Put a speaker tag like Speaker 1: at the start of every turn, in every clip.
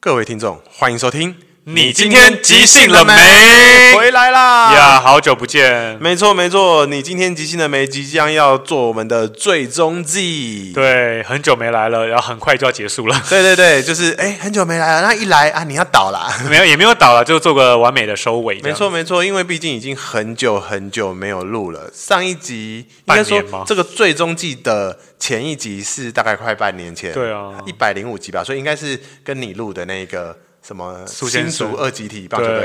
Speaker 1: 各位听众，欢迎收听。
Speaker 2: 你今天即兴了没
Speaker 1: 回来啦！
Speaker 2: 呀好久不见。
Speaker 1: 没错没错，你今天即兴了没？即将要做我们的最终季。
Speaker 2: 对，很久没来了，然后很快就要结束了。
Speaker 1: 对对对，就是哎，很久没来了，那一来啊，你要倒啦。
Speaker 2: 没有，也没有倒了，就做个完美的收尾。
Speaker 1: 没错，没错，因为毕竟已经很久很久没有录了。上一集应该
Speaker 2: 半
Speaker 1: 说
Speaker 2: 年吗
Speaker 1: 这个最终季的前一集是大概快半年前，
Speaker 2: 对啊
Speaker 1: 一百零五集吧，所以应该是跟你录的那个什么
Speaker 2: 苏
Speaker 1: 新
Speaker 2: 先生
Speaker 1: 竹二集体棒球队，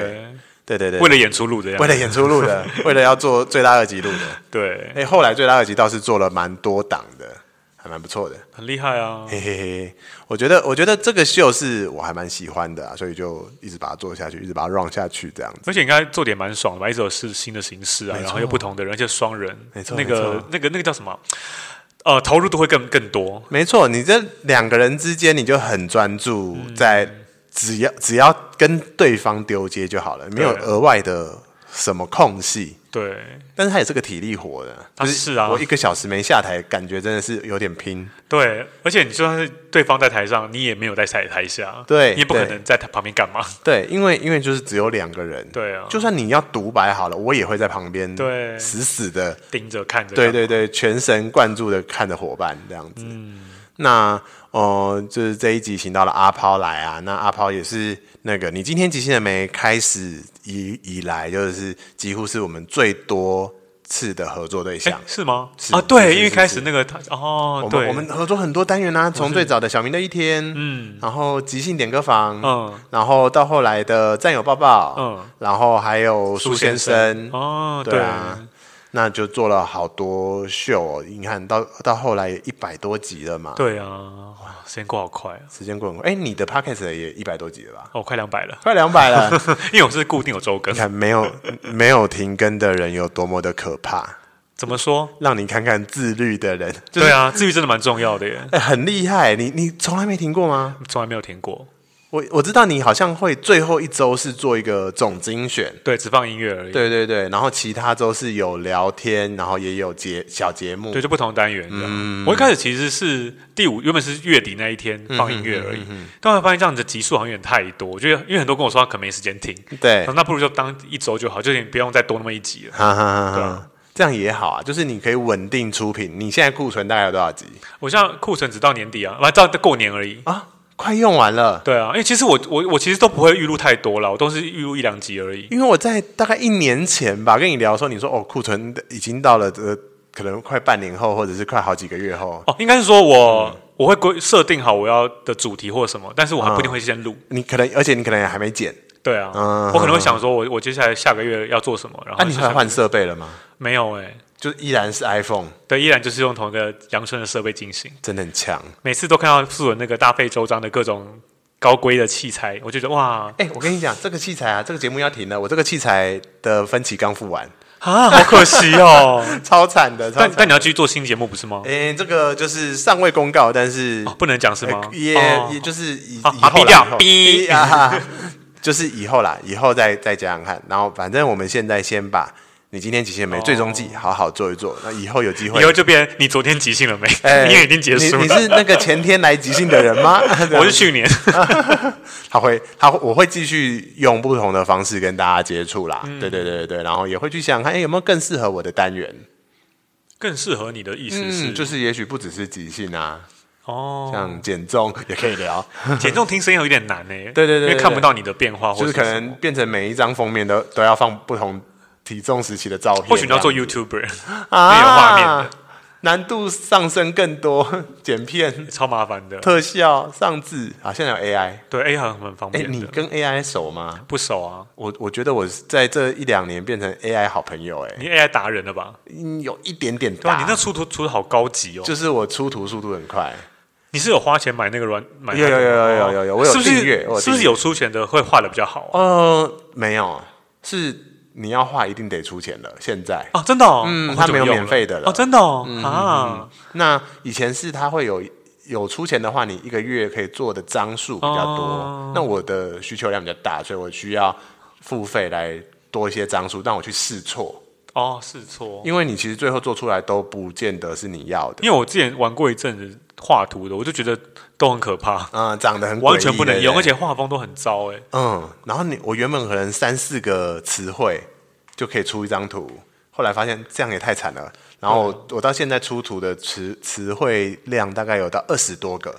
Speaker 1: 对
Speaker 2: 对，
Speaker 1: 对对，
Speaker 2: 为了演出录这样。
Speaker 1: 为了演出录的， 为了要做最大二集录的。
Speaker 2: 对，
Speaker 1: 哎，后来最大二集倒是做了蛮多档的，还蛮不错的。
Speaker 2: 很厉害啊。
Speaker 1: 嘿嘿嘿，我觉得我觉得这个秀是我还蛮喜欢的啊，所以就一直把它做下去，一直把它 run 下去这样子。
Speaker 2: 而且应该做点蛮爽的吧，一直有是新的形式啊，
Speaker 1: 没错
Speaker 2: 然后又不同的人，而且双人，
Speaker 1: 没错
Speaker 2: 那
Speaker 1: 没
Speaker 2: 个
Speaker 1: 错
Speaker 2: 那个那个叫什么？呃，投入度会更更多。
Speaker 1: 没错，你这两个人之间，你就很专注
Speaker 2: 嗯
Speaker 1: 在只要只要跟对方丢接就好了，没有
Speaker 2: 对
Speaker 1: 额外的什么空隙。
Speaker 2: 对
Speaker 1: 但是他也是个体力活的，
Speaker 2: 他
Speaker 1: 就是
Speaker 2: 是啊
Speaker 1: 我一个小时没下台，感觉真的是有点拼。
Speaker 2: 对，而且你就算是对方在台上，你也没有在台台下，
Speaker 1: 对
Speaker 2: 你也不可
Speaker 1: 对
Speaker 2: 能在他旁边干嘛。
Speaker 1: 对，因为因为就是只有两个人，
Speaker 2: 对啊
Speaker 1: 就算你要独白好了，我也会在旁边，
Speaker 2: 对
Speaker 1: 死死的
Speaker 2: 盯着看着干
Speaker 1: 对
Speaker 2: 嘛，
Speaker 1: 对对，全神贯注的看着伙伴这样子。
Speaker 2: 嗯
Speaker 1: 那呃，就是这一集请到了阿抛来啊，那阿抛也是那个你今天即兴的没开始以以来，就是几乎是我们最多次的合作对象
Speaker 2: 哎。是吗？
Speaker 1: 是
Speaker 2: 啊，
Speaker 1: 是
Speaker 2: 对，
Speaker 1: 是
Speaker 2: 因为
Speaker 1: 是
Speaker 2: 开
Speaker 1: 是
Speaker 2: 始那个他哦
Speaker 1: 我，们
Speaker 2: 对，
Speaker 1: 我们合作很多单元啊，从最早的小明的一天，
Speaker 2: 嗯
Speaker 1: 然后即兴点歌房，
Speaker 2: 嗯
Speaker 1: 然后到后来的战友抱抱，
Speaker 2: 嗯，
Speaker 1: 然后还有苏先生，
Speaker 2: 哦，
Speaker 1: 对啊，那就做了好多秀、哦，你看到到后来一百多集了嘛，，
Speaker 2: 对啊，哇时间过好快啊，
Speaker 1: 时间过得很快。哎，你的 podcast 也一百多集了吧？
Speaker 2: 哦，快两百了，
Speaker 1: 快两百了，
Speaker 2: 因为我是固定有周更
Speaker 1: 你，看没有没有停更的人有多么的可怕，
Speaker 2: 怎么说？
Speaker 1: 让你看看自律的人，
Speaker 2: 对啊，自律真的蛮重要的耶，
Speaker 1: 哎，很厉害。你你从来没停过吗？
Speaker 2: 从来没有停过，
Speaker 1: 我我知道你好像会最后一周是做一个总精选，
Speaker 2: 对，只放音乐而已，
Speaker 1: 对对对，然后其他周是有聊天，然后也有节小节目，
Speaker 2: 对，就不同单元这
Speaker 1: 嗯
Speaker 2: 样。我一开始其实是第五，原本是月底那一天放音乐而
Speaker 1: 嗯
Speaker 2: 已，但后来发现这样子集数好像有点太多，我觉得因为很多跟我说他可能没时间听，
Speaker 1: 对
Speaker 2: 那不如就当一周就好，就你不用再多那么一集了。
Speaker 1: 哈哈哈
Speaker 2: 对
Speaker 1: 哈
Speaker 2: 啊，
Speaker 1: 这样也好啊，就是你可以稳定出品。你现在库存大概有多少集
Speaker 2: 我现在库存只到年底啊，不，到过年而已。
Speaker 1: 啊？快用完了，
Speaker 2: 对啊，因为其实我我我其实都不会预录太多了，我都是预录一两集而已。
Speaker 1: 因为我在大概一年前吧跟你聊说，你说哦库存已经到了呃可能快半年后或者是快好几个月后，
Speaker 2: 哦，应该是说我、我会规设定好我要的主题或什么，但是我还不一定会先录。
Speaker 1: 你可能而且你可能也还没剪，
Speaker 2: 对啊，
Speaker 1: 嗯
Speaker 2: 我可能会想说我我接下来下个月要做什么，然后
Speaker 1: 啊、你
Speaker 2: 是
Speaker 1: 后来
Speaker 2: 想
Speaker 1: 换设备了吗？
Speaker 2: 没有哎、
Speaker 1: 就依然是 iPhone，
Speaker 2: 对，依然就是用同一个阳春的设备进行。
Speaker 1: 真的很强。
Speaker 2: 每次都看到素人那个大费周章的各种高规的器材，我就觉得哇啊
Speaker 1: 哎、我跟你讲，这个器材啊，这个节目要停了，我这个器材的分期刚付完，
Speaker 2: 啊，好可惜 哦。
Speaker 1: 超惨的。超
Speaker 2: 但
Speaker 1: 惨
Speaker 2: 但你要继续做新节目不是吗？
Speaker 1: 哎、这个就是尚未公告，但是、
Speaker 2: 哦不能讲是吗？
Speaker 1: 呃也、
Speaker 2: 哦
Speaker 1: 也就是以以
Speaker 2: 啊
Speaker 1: 后啦
Speaker 2: 啊逼掉
Speaker 1: 以后
Speaker 2: 逼
Speaker 1: 逼 啊，就是以后啦，以后再再讲讲看。然后反正我们现在先把你今天极限没最终季好好做一做，那以后有机会
Speaker 2: 哦以后。就变你昨天即兴了没？
Speaker 1: 哎
Speaker 2: 你也已经结束了。
Speaker 1: 你。你是那个前天来即兴的人吗？ 啊
Speaker 2: 我是去年
Speaker 1: 他会，他会我会继续用不同的方式跟大家接触啦。
Speaker 2: 嗯
Speaker 1: 对对对对对，然后也会去想看，哎、有没有更适合我的单元？
Speaker 2: 更适合你的意思是，
Speaker 1: 嗯，就是也许不只是即兴啊，
Speaker 2: 哦，
Speaker 1: 像减重也可以聊。
Speaker 2: 减重听声音有点难呢、
Speaker 1: 对对对对
Speaker 2: 因为看不到你的变化，或
Speaker 1: 就
Speaker 2: 者
Speaker 1: 是可能变成每一张封面都都要放不同体重时期的照片这样，
Speaker 2: 或许你要做 YouTuber，
Speaker 1: 啊
Speaker 2: 没有画面
Speaker 1: 难度上升更多， 剪片、
Speaker 2: 超麻烦的。
Speaker 1: 特效、上字啊，现在有 AI。
Speaker 2: 对，A 很很方
Speaker 1: 哎、
Speaker 2: 便
Speaker 1: 你
Speaker 2: 的。
Speaker 1: 跟 AI 熟吗？
Speaker 2: 不熟啊，
Speaker 1: 我我觉得我是在这一两年变成 AI 好朋友、哎
Speaker 2: 你 AI 达人了吧？，
Speaker 1: 嗯有一点点
Speaker 2: 对
Speaker 1: 大。
Speaker 2: 啊，你那出图出的好高级哦。
Speaker 1: 就是我出图速度很快，
Speaker 2: 你是有花钱买那个软买
Speaker 1: 有有有有有有有我有
Speaker 2: 是不
Speaker 1: 订阅
Speaker 2: 是
Speaker 1: 我有
Speaker 2: 是不
Speaker 1: 订
Speaker 2: 是
Speaker 1: 阅
Speaker 2: 有出钱的会画的比较好啊？
Speaker 1: 呃，没有，是你要画一定得出钱了。现在
Speaker 2: 啊，真的哦，
Speaker 1: 嗯
Speaker 2: 哦
Speaker 1: 它没有
Speaker 2: 好久用
Speaker 1: 免费的了
Speaker 2: 哦，真的哦啊，
Speaker 1: 那以前是他会有有出钱的话，你一个月可以做的张数比较多。
Speaker 2: 哦
Speaker 1: 那我的需求量比较大，所以我需要付费来多一些张数，让我去试错。
Speaker 2: 哦，试错。
Speaker 1: 因为你其实最后做出来都不见得是你要的，
Speaker 2: 因为我之前玩过一阵子画图的，我就觉得都很可怕，
Speaker 1: 嗯、长得很诡异
Speaker 2: 完全不能用，
Speaker 1: 对
Speaker 2: 而
Speaker 1: 对
Speaker 2: 且画风都很糟哎、
Speaker 1: 嗯，然后你我原本可能三四个词汇就可以出一张图，后来发现这样也太惨了。然后我,、我到现在出图的词词汇量大概有到二十多个，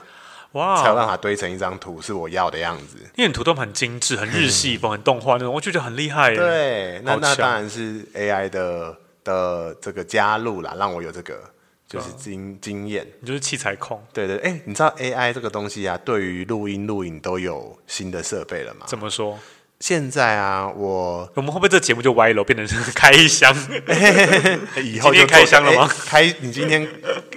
Speaker 2: 哦
Speaker 1: 才有
Speaker 2: 哇！
Speaker 1: 办法堆成一张图是我要的样子。
Speaker 2: 因为你图都很精致，很日系风，很动画那种，我就觉得很厉害耶。
Speaker 1: 对，那
Speaker 2: 好
Speaker 1: 那
Speaker 2: 强
Speaker 1: 当然是 AI 的的这个加入啦，让我有这个
Speaker 2: 啊
Speaker 1: 就是经经验。
Speaker 2: 你就是器材控，
Speaker 1: 对对，哎，你知道 AI 这个东西啊，对于录音、录影都有新的设备了嘛？
Speaker 2: 怎么说？
Speaker 1: 现在啊， 我
Speaker 2: 我们会不会这节目就歪了，变成是开 箱？
Speaker 1: 啊以后
Speaker 2: 今
Speaker 1: 就
Speaker 2: 天开箱了吗
Speaker 1: 哎开，你今 天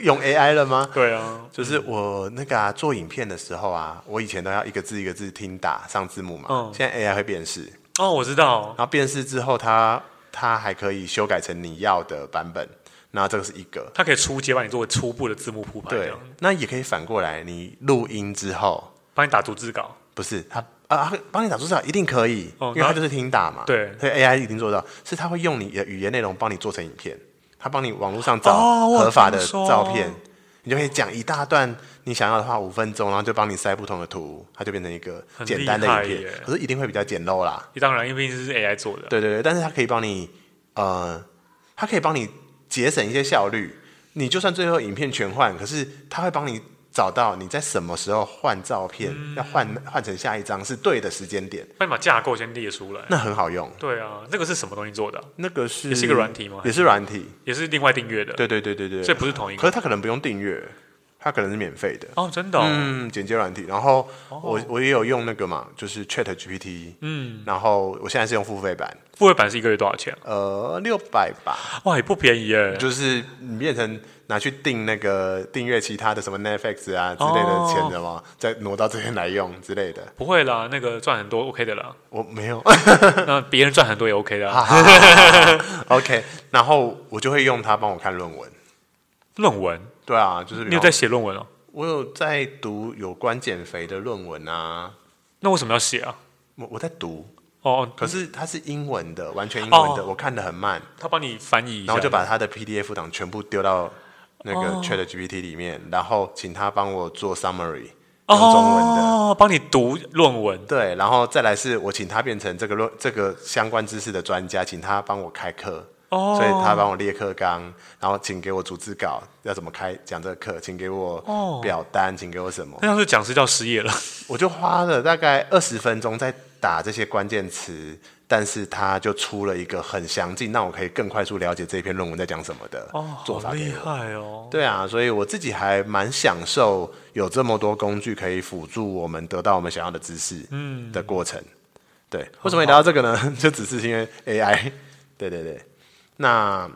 Speaker 1: 用 AI 了吗？
Speaker 2: 对啊，
Speaker 1: 就是我那个啊，做影片的时候啊，我以前都要一个字一个字听打上字幕嘛，
Speaker 2: 嗯
Speaker 1: 现在 AI 会辨识，
Speaker 2: 哦，我知道
Speaker 1: 然，后辨识之后它它还可以修改成你要的版本，那这个是一个。
Speaker 2: 它可以初阶帮你做初步的字幕铺排，这
Speaker 1: 对
Speaker 2: 样，
Speaker 1: 那也可以反过来，你录音之后，
Speaker 2: 帮你打逐字稿。
Speaker 1: 不是他啊，他帮你打注册一定可以，
Speaker 2: 哦
Speaker 1: 因为他
Speaker 2: 那
Speaker 1: 就是听打嘛。
Speaker 2: 对
Speaker 1: 所以 AI 一定做到，是他会用你的语言内容帮你做成影片，他帮你网络上找
Speaker 2: 哦我有
Speaker 1: 合法的
Speaker 2: 听说
Speaker 1: 照片，你就可以讲一大段你想要的话，五分钟，然后就帮你塞不同的图，它就变成一个
Speaker 2: 很
Speaker 1: 简单的
Speaker 2: 厉害
Speaker 1: 影片
Speaker 2: 耶，
Speaker 1: 可是一定会比较简陋啦。
Speaker 2: 当然，因为毕竟是 AI 做的，
Speaker 1: 对对对，但是它可以帮你，呃，它可以帮你节省一些效率。你就算最后影片全换，可是它会帮你找到你在什么时候换照片，
Speaker 2: 嗯
Speaker 1: 要换换成下一张是对的时间点，
Speaker 2: 帮你把架构先列出来。
Speaker 1: 那很好用。
Speaker 2: 对啊，这个是什么东西做的啊？
Speaker 1: 那个是
Speaker 2: 也是一个软体吗
Speaker 1: 也是软体，
Speaker 2: 也是另外订阅的，
Speaker 1: 对对对对对。
Speaker 2: 所以不是同一
Speaker 1: 可
Speaker 2: 个。
Speaker 1: 是它可能不用订阅，它可能是免费的。
Speaker 2: 哦，真的哦、
Speaker 1: 嗯，剪接软体，然后我、我也有用那个嘛，就是 Chat GPT，嗯，然后我现在是用付费版，
Speaker 2: 付费版是一个月多少钱啊、
Speaker 1: 呃，六百吧，
Speaker 2: 哇，也不便宜耶。
Speaker 1: 就是你变成拿去订那个订阅其他的什么 Netflix 啊之类的钱的嘛，再挪到这边来用之类的。
Speaker 2: 不会啦，那个赚很多 OK 的啦，
Speaker 1: 我没有
Speaker 2: 那别人赚很多也 OK 的、啊。
Speaker 1: ，OK，然后我就会用它帮我看论文。
Speaker 2: 论文，
Speaker 1: 对啊，就是
Speaker 2: 你有
Speaker 1: 比方
Speaker 2: 在写论文哦？
Speaker 1: 我有在读有关减肥的论文啊，
Speaker 2: 那为什么要写啊？
Speaker 1: 我我在读，
Speaker 2: 哦，
Speaker 1: 可是它是英文的，完全英文的，
Speaker 2: 哦
Speaker 1: 我看的很慢，
Speaker 2: 他帮你翻译一下，
Speaker 1: 然后就把它的 PDF 档全部丢到那个
Speaker 2: 哦
Speaker 1: Chat GPT 里面，然后请他帮我做 summary，用中文的。
Speaker 2: 哦，帮你读论文。
Speaker 1: 对，然后再来是我请他变成这个论这个相关知识的专家，请他帮我开课，
Speaker 2: 哦
Speaker 1: 所以他帮我列课纲，然后请给我逐字稿，要怎么开讲这个课，请给我
Speaker 2: 哦
Speaker 1: 表单，请给我什么，
Speaker 2: 那要是讲师叫失 业了，
Speaker 1: 我就花了大概二十分钟在打这些关键词，但是他就出了一个很详尽，让我可以更快速了解这篇论文在讲什么的
Speaker 2: 哦，
Speaker 1: 做
Speaker 2: 好
Speaker 1: 法给
Speaker 2: 厉
Speaker 1: 我。
Speaker 2: 害哦。
Speaker 1: 对啊，所以我自己还蛮享受有这么多工具可以辅助我们得到我们想要的知识，嗯，的过程。对，为什么会聊到这个呢？ 就只是因为 AI。对 对对，那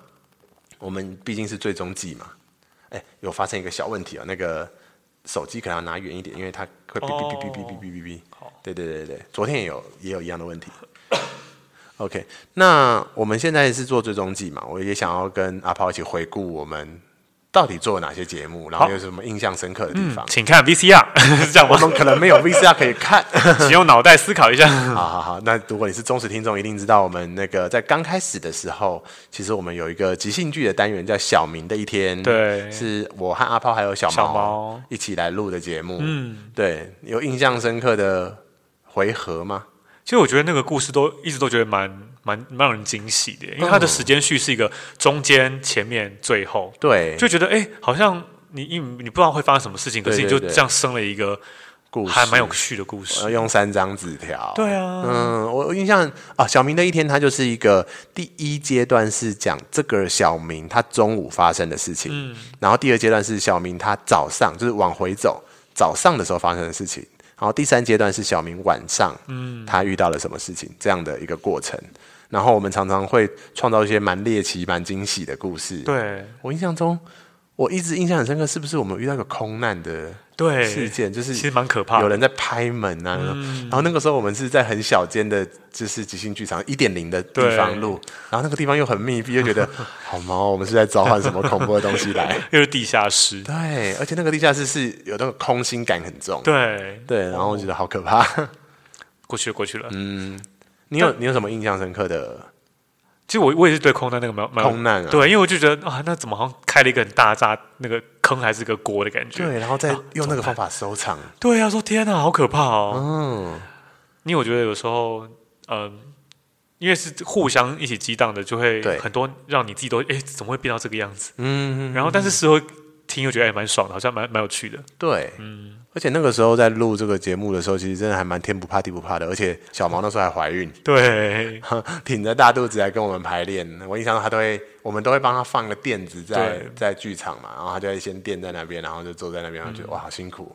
Speaker 1: 我们毕竟是最终季嘛，哎，有发生一个小问题哦，那个手机可能要拿远一点，因为它会哔哔哔哔哔哔哔哔哔。对对对对，昨天也有也有一样的问题。OK，那我们现在是做最终季嘛，我也想要跟阿炮一起回顾我们到底做了哪些节目，然后
Speaker 2: 好嗯
Speaker 1: 有什么印象深刻的地方。
Speaker 2: 请看 VCR 是这样
Speaker 1: 我
Speaker 2: 吗？
Speaker 1: 们可能没有 VCR 可以看，
Speaker 2: 请用脑袋思考一下。
Speaker 1: 好好好，那如果你是忠实听众，一定知道我们那个在刚开始的时候，其实我们有一个即兴剧的单元叫《小明的一天》，
Speaker 2: 对
Speaker 1: 是我和阿炮还有小毛
Speaker 2: 小毛
Speaker 1: 一起来录的节目。嗯，对，有印象深刻的回合吗？
Speaker 2: 其实我觉得那个故事都一直都觉得蛮蛮蛮让人惊喜的，
Speaker 1: 嗯
Speaker 2: 因为它的时间序是一个中间、前面、最后，
Speaker 1: 对，
Speaker 2: 就觉得哎、诶好像你你你不知道会发生什么事情，可是
Speaker 1: 对对
Speaker 2: 你就
Speaker 1: 对
Speaker 2: 这样生了一个
Speaker 1: 故事
Speaker 2: 还蛮有趣的故
Speaker 1: 呃
Speaker 2: 事。
Speaker 1: 用三张纸条。
Speaker 2: 对啊，
Speaker 1: 嗯，我印象啊，小明的一天，他就是一个第一阶段是讲这个小明他中午发生的事情，
Speaker 2: 嗯
Speaker 1: 然后第二阶段是小明他早上就是往回走，早上的时候发生的事情，然后第三阶段是小明晚上，嗯，他遇到了什么事情这样的一个过程。然后我们常常会创造一些蛮猎奇、蛮惊喜的故事。
Speaker 2: 对
Speaker 1: 我印象中，我一直印象很深刻，是不是我们遇到一个空难的
Speaker 2: 对，
Speaker 1: 事件？就是
Speaker 2: 其实蛮可怕
Speaker 1: 有
Speaker 2: 的。
Speaker 1: 人在拍门啊。然后那个时候我们是在很小间的，就是即兴剧场一点零的地方录，然后那个地方又很密闭，又觉得好毛，我们是在召唤什么恐怖的东西 来？
Speaker 2: 又是地下室，
Speaker 1: 对，而且那个地下室是有那个空心感很重，
Speaker 2: 对，
Speaker 1: 对，然后我觉得好可怕。 嗯
Speaker 2: 过去了，过去了。
Speaker 1: 你有你有什么印象深刻的
Speaker 2: 其实我我也是对空难那个蛮蛮有
Speaker 1: 空难啊
Speaker 2: 对，因为我就觉得啊，那怎么好像开了一个很大炸那个坑还是个锅的感觉？
Speaker 1: 对，然后再用那个方法收场，
Speaker 2: 对啊，说天哪，好可怕哦！
Speaker 1: 嗯，
Speaker 2: 因为我觉得有时候，嗯、因为是互相一起激荡的，就会
Speaker 1: 对
Speaker 2: 很多让你自己都哎，怎么会变到这个样子？
Speaker 1: 嗯，
Speaker 2: 然后，但是事后听又觉得哎，蛮爽的，好像蛮蛮有趣的。
Speaker 1: 对，嗯，而且那个时候在录这个节目的时候，其实真的还蛮天不怕地不怕的，而且小毛那时候还怀孕，
Speaker 2: 对，
Speaker 1: 挺着大肚子来跟我们排练。我印象中他都会，我们都会帮他放个垫子在
Speaker 2: 对
Speaker 1: 在剧场嘛，然后他就会先垫在那边，然后就坐在那边，然后觉
Speaker 2: 嗯
Speaker 1: 得、哇好辛苦。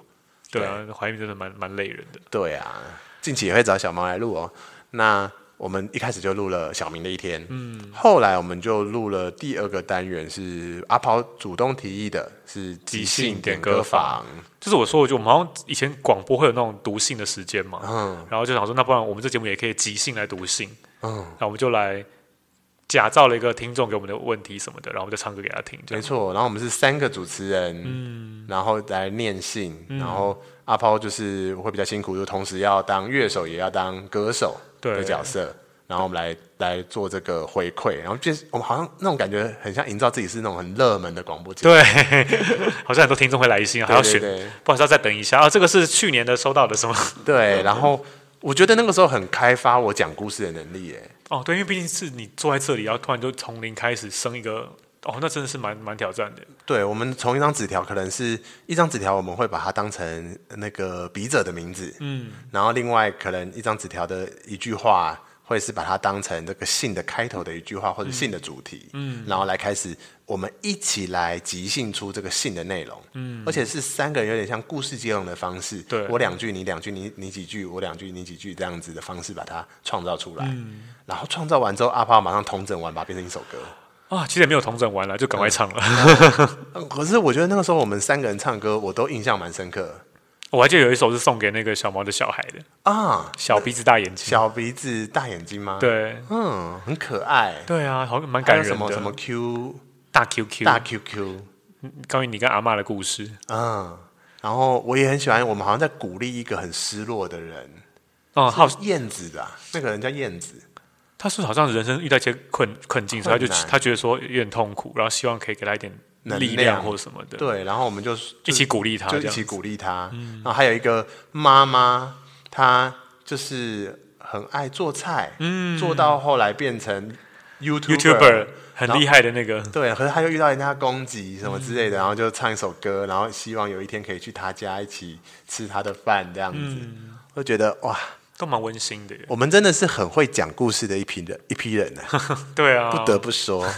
Speaker 2: 对啊，怀孕真的蛮蛮累人的。
Speaker 1: 对啊，近期也会找小毛来录哦。那我们一开始就录了小明的一天，嗯，后来我们就录了第二个单元，是阿跑主动提议的，是
Speaker 2: 即兴点
Speaker 1: 歌
Speaker 2: 歌
Speaker 1: 房
Speaker 2: 房。就是我说，我就我们好像以前广播会有那种读信的时间嘛，
Speaker 1: 嗯
Speaker 2: 然后就想说，那不然我们这节目也可以即兴来读信，
Speaker 1: 嗯，
Speaker 2: 那我们就来假造了一个听众给我们的问题什么的，然后我们就唱歌给他听，这
Speaker 1: 没
Speaker 2: 样
Speaker 1: 错。然后我们是三个主持人，嗯，然后来念信，然后阿抛就是会比较辛苦，就同时要当乐手也要当歌手的
Speaker 2: 对
Speaker 1: 角色。然后我们来来做这个回馈，然后就是我们好像那种感觉很像营造自己是那种很热门的广播节目，
Speaker 2: 对，好像很多听众会来 信，还要
Speaker 1: 对
Speaker 2: 选，
Speaker 1: 对对
Speaker 2: 不好意思，要再等一下啊，这个是去年的收到的什么？
Speaker 1: 对，然后我觉得那个时候很开发我讲故事的能力，哎，
Speaker 2: 哦，对，因为毕竟是你坐在这里，然后突然就从零开始生一个，哦，那真的是蛮蛮挑战的，
Speaker 1: 对，我们从一张纸条，可能是一张纸条，我们会把它当成那个笔者的名字，嗯，然后另外可能一张纸条的一句话，会是把它当成这个信的开头的一句话或者信的主题，嗯，然后来开始我们一起来即兴出这个信的内容，嗯，而且是三个人有点像故事接龙的方式，
Speaker 2: 对
Speaker 1: 我两句你两句你你几句我两句你几句这样子的方式把它创造出来，然后创造完之后，阿炮马上统整完，把它变成一首歌。
Speaker 2: 啊，其实也没有同整完了，就赶快唱了。
Speaker 1: 嗯，可是我觉得那个时候我们三个人唱歌，我都印象蛮深刻
Speaker 2: 我还记得有一首是送给那个小毛的小孩的，
Speaker 1: 啊。
Speaker 2: 小鼻子大眼睛，
Speaker 1: 小鼻子大眼睛吗？，
Speaker 2: 对
Speaker 1: 嗯，很可爱。
Speaker 2: 对啊，好像蛮
Speaker 1: 还
Speaker 2: 感
Speaker 1: 有
Speaker 2: 人的。
Speaker 1: 什么什么 Q
Speaker 2: 大 QQ
Speaker 1: 大 QQ
Speaker 2: 关于你跟阿嬷的故事
Speaker 1: 嗯，然后我也很喜欢，我们好像在鼓励一个很失落的人，
Speaker 2: 哦，好，
Speaker 1: 燕子的啊、那个人叫燕子，
Speaker 2: 他说好像人生遇到一些困困境，所以他就
Speaker 1: 困难
Speaker 2: 他觉得说有点痛苦，然后希望可以给他一点
Speaker 1: 能
Speaker 2: 力
Speaker 1: 量
Speaker 2: 量或什么的，，
Speaker 1: 对，然后我们就
Speaker 2: 一
Speaker 1: 就
Speaker 2: 起鼓励他
Speaker 1: 就
Speaker 2: 这
Speaker 1: 一
Speaker 2: 样嗯
Speaker 1: 起。鼓励他。然后还有一个妈妈，她就是很爱做菜，嗯，做到后来变成
Speaker 2: YouTuber 很厉害的那个，
Speaker 1: 对，可是他又遇到人家攻击什么之类的，然后就唱一首歌，然后希望有一天可以去他家一起吃他的饭这样子，我就觉得哇，
Speaker 2: 都蛮温馨的耶。
Speaker 1: 我们真的是很会讲故事的一批人，一批人呢、
Speaker 2: 对啊，
Speaker 1: 不得不说，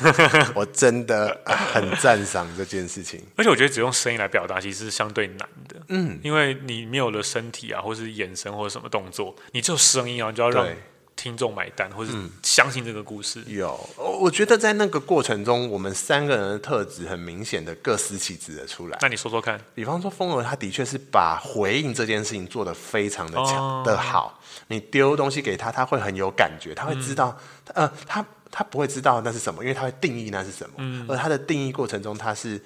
Speaker 1: 我真的啊很赞赏这件事情。
Speaker 2: 而且我觉得只用声音来表达其实是相对难的，嗯，因为你没有了身体啊，或是眼神或者什么动作，你只有声音啊，你就要让
Speaker 1: 对嗯
Speaker 2: 听众买单，或是相信这个故事。
Speaker 1: 有，我我觉得在那个过程中，我们三个人的特质很明显的各司其职的出来。
Speaker 2: 那你说说看，
Speaker 1: 比方说，风儿他的确是把回应这件事情做得非常的强、
Speaker 2: 哦
Speaker 1: 的好。你丢东西给他，他会很有感觉，他会知道，呃，他他不会知道那是什么，因为他会定义那是什么。而他的定义过程中，他是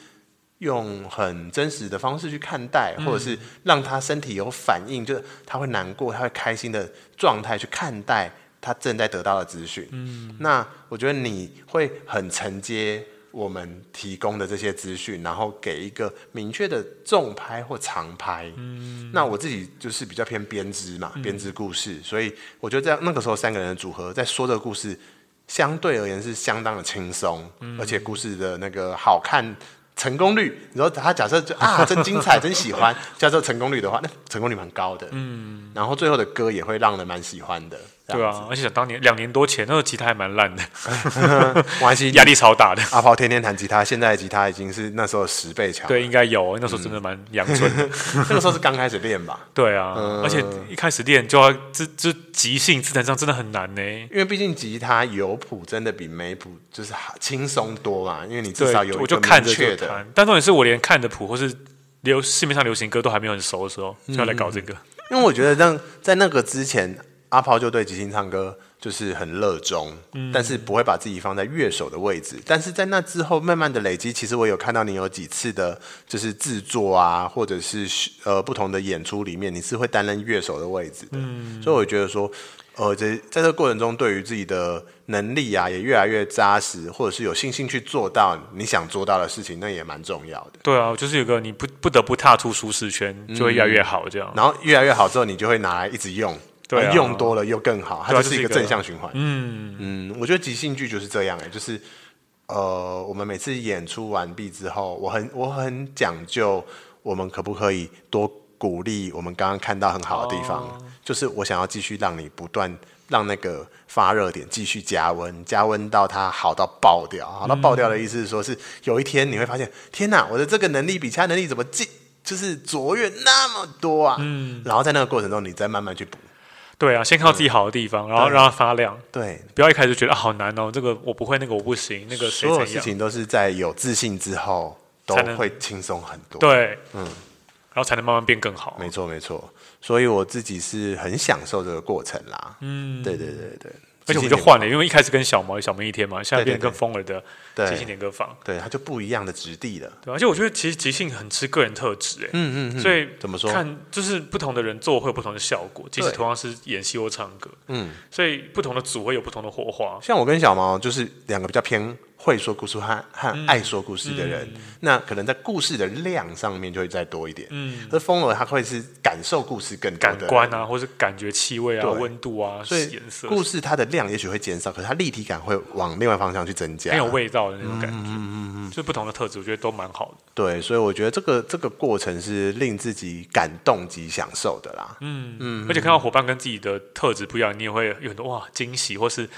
Speaker 1: 用很真实的方式去看待，或者是让他身体有反应，就是他会难过，他会开心的状态去看待他正在得到的资讯。嗯，那我觉得你会很承接我们提供的这些资讯，然后给一个明确的重拍或长拍。嗯，那我自己就是比较偏编织嘛，编织故事，所以我觉得在那个时候三个人的组合在说这个故事。相对而言是相当的轻松，而且故事的那个好看成功率，你说他假设就 啊真精彩，真喜欢，叫做成功率的话，那成功率蛮高的，嗯，然后最后的歌也会让人蛮喜欢的，
Speaker 2: 对啊，而且想当年两年多前，那个吉他还蛮 烂的，
Speaker 1: 王安熙
Speaker 2: 啊压力超 大的。
Speaker 1: 阿炮天天弹吉他，现在的吉他已经是那时候十倍强，，
Speaker 2: 对，应该有，那时候真的蛮阳春的。
Speaker 1: 那个时候是刚开始练吧，
Speaker 2: 对啊，
Speaker 1: 嗯
Speaker 2: 而且一开始练就要这这即兴自弹上真的很难呢。
Speaker 1: 因为毕竟吉他有谱真的比没谱就是好轻松多嘛，因为你至
Speaker 2: 对
Speaker 1: 少有，一
Speaker 2: 我
Speaker 1: 个
Speaker 2: 就看着
Speaker 1: 明确
Speaker 2: 就
Speaker 1: 的，
Speaker 2: 弹，但重点是我连看的谱或是流
Speaker 1: 嗯
Speaker 2: 市面上流行歌都还没有很熟的时候，就要来搞这个。
Speaker 1: 因为我觉得让在那个之前，阿阿炮就对即兴唱歌就是很热衷，
Speaker 2: 嗯
Speaker 1: 但是不会把自己放在乐手的位置。但是在那之后，慢慢的累积，其实我有看到你有几次的，就是制作啊，或者是呃不同的演出里面，你是会担任乐手的位置的。
Speaker 2: 嗯
Speaker 1: 所以我觉得说，呃，这在这个过程中，对于自己的能力啊，也越来越扎实，或者是有信心去做到你想做到的事情，那也蛮重要的。
Speaker 2: 对啊，就是有个你不不得不踏出舒适
Speaker 1: 嗯
Speaker 2: 圈，就会越来越好这样。
Speaker 1: 然后越来越好之后，你就会拿来一直用，
Speaker 2: 对啊
Speaker 1: 呃用多了又更好，它
Speaker 2: 对啊
Speaker 1: 就是一个
Speaker 2: 就是一个
Speaker 1: 正向循环。嗯嗯，我觉得即兴剧就是这样哎、就是呃，我们每次演出完毕之后，我很我很讲究，我们可不可以多鼓励我们刚刚看到很好的地方，就是我想要继续让你不断。让那个发热点继续加温，加温到它好到爆掉，好到爆掉的意思是说，是有一天你会发现，天哪，我的这个能力比其他能力怎么进，就是卓越那么多啊！嗯，然后在那个过程中，你再慢慢去补，
Speaker 2: 对啊，
Speaker 1: 嗯
Speaker 2: 先靠自己好的地方，然后让它发亮，
Speaker 1: 对，
Speaker 2: 不要一开始就觉得啊好难哦，这个我不会，那个我不行，那个
Speaker 1: 所
Speaker 2: 谁
Speaker 1: 有
Speaker 2: 怎
Speaker 1: 事
Speaker 2: 样，
Speaker 1: 情都是在有自信之后，都
Speaker 2: 才能
Speaker 1: 会轻松很多。
Speaker 2: 对，嗯，然后才能慢慢变更好。
Speaker 1: 没错，没错。所以我自己是很享受这个过程啦。嗯，对对对对，
Speaker 2: 而
Speaker 1: 即
Speaker 2: 且
Speaker 1: 兴
Speaker 2: 我就
Speaker 1: 点
Speaker 2: 换了，因为一开始跟小毛小毛一天嘛，现在
Speaker 1: 对对
Speaker 2: 变跟风儿的
Speaker 1: 对
Speaker 2: 即兴点歌房，
Speaker 1: 对，它就不一样的质地了。
Speaker 2: 对啊，而且我觉得其实即兴很吃个人特质，哎，
Speaker 1: 嗯嗯嗯，
Speaker 2: 所以
Speaker 1: 怎么说
Speaker 2: 看就是不同的人做会有不同的效果，即使同样是演戏或唱歌，
Speaker 1: 嗯，
Speaker 2: 所以不同的组会有不同的火花。
Speaker 1: 像我跟小毛就是两个比较偏会说故事和和
Speaker 2: 嗯
Speaker 1: 爱说故事的人，那可能在故事的量上面就会再多一点。嗯，而风儿他会是感受故事更多
Speaker 2: 感
Speaker 1: 的人
Speaker 2: 官啊，或是感觉气味啊、
Speaker 1: 对
Speaker 2: 温度啊、
Speaker 1: 所以
Speaker 2: 颜色，
Speaker 1: 故事它的量也许会减少，可是它立体感会往另外方向去增加。
Speaker 2: 很有味道的那种感
Speaker 1: 嗯
Speaker 2: 觉，就是不同的特质，我觉得都蛮好的。
Speaker 1: 对，所以我觉得这个这个过程是令自己感动及享受的啦。嗯
Speaker 2: 而且看到伙伴跟自己的特质不一样，你也会有很多哇惊喜，或是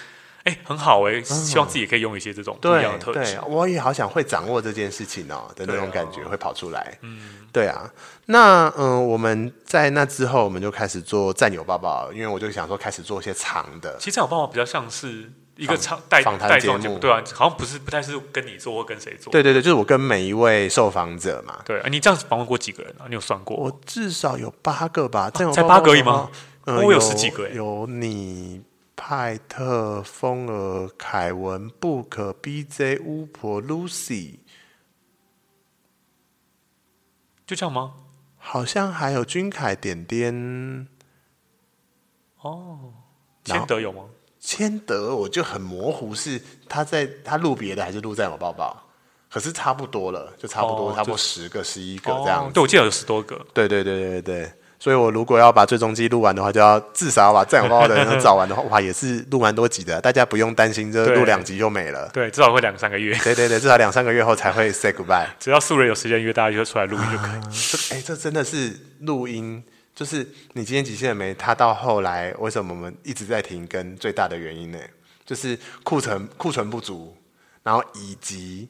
Speaker 2: 哎很好哎，希望自己也可以拥有一些这种不一
Speaker 1: 对
Speaker 2: 样的特质
Speaker 1: 嗯对。，我也好想会掌握这件事情哦的那种感觉
Speaker 2: 对啊
Speaker 1: 会跑出来。嗯，对啊。那嗯、呃我们在那之后，我们就开始做战友抱抱，因为我就想说开始做一些长的。
Speaker 2: 其实我爸爸比较像是一个
Speaker 1: 访
Speaker 2: 唱带
Speaker 1: 访谈
Speaker 2: 带
Speaker 1: 节
Speaker 2: 状节
Speaker 1: 目
Speaker 2: 目，对啊，好像不是不太是跟你做或跟谁做。
Speaker 1: 对对对，就是我跟每一位受访者嘛，
Speaker 2: 对，啊你这样子访问过几个人啊？你有算过吗？
Speaker 1: 我至少有八个吧，这样
Speaker 2: 啊才
Speaker 1: 有报
Speaker 2: 八个而已
Speaker 1: 告
Speaker 2: 吗
Speaker 1: 呃
Speaker 2: 我有十几个欸
Speaker 1: 有你、派特、风儿、凯文、布克、BJ、巫婆、Lucy，
Speaker 2: 就这样吗？
Speaker 1: 好像还有君凯、点点、
Speaker 2: 哦，
Speaker 1: 然
Speaker 2: 千
Speaker 1: 后
Speaker 2: 德有吗？
Speaker 1: 千德，我就很模糊，是他在他录别的还是录在我抱抱？可是差不多了，就差不多，
Speaker 2: 哦
Speaker 1: 差不多
Speaker 2: 就
Speaker 1: 十个、十一个这样
Speaker 2: 哦
Speaker 1: 子。
Speaker 2: 对，我记得有十多个。
Speaker 1: 对对对对对。所以我如果要把最终季录完的话，就要至少要把战友报告的人都找完的话，哇，也是录蛮多集的，大家不用担心，这
Speaker 2: 对
Speaker 1: 录两集就没了。
Speaker 2: 对，至少会两三个月。
Speaker 1: 对对对，至少两三个月后才会 say goodbye。
Speaker 2: 只要素人有时间约，大家就出来录音就可以。
Speaker 1: 这哎、这真的是录音，就是你今天极限了没？它到后来为什么我们一直在停更，最大的原因呢，就是库存库存不足，然后以及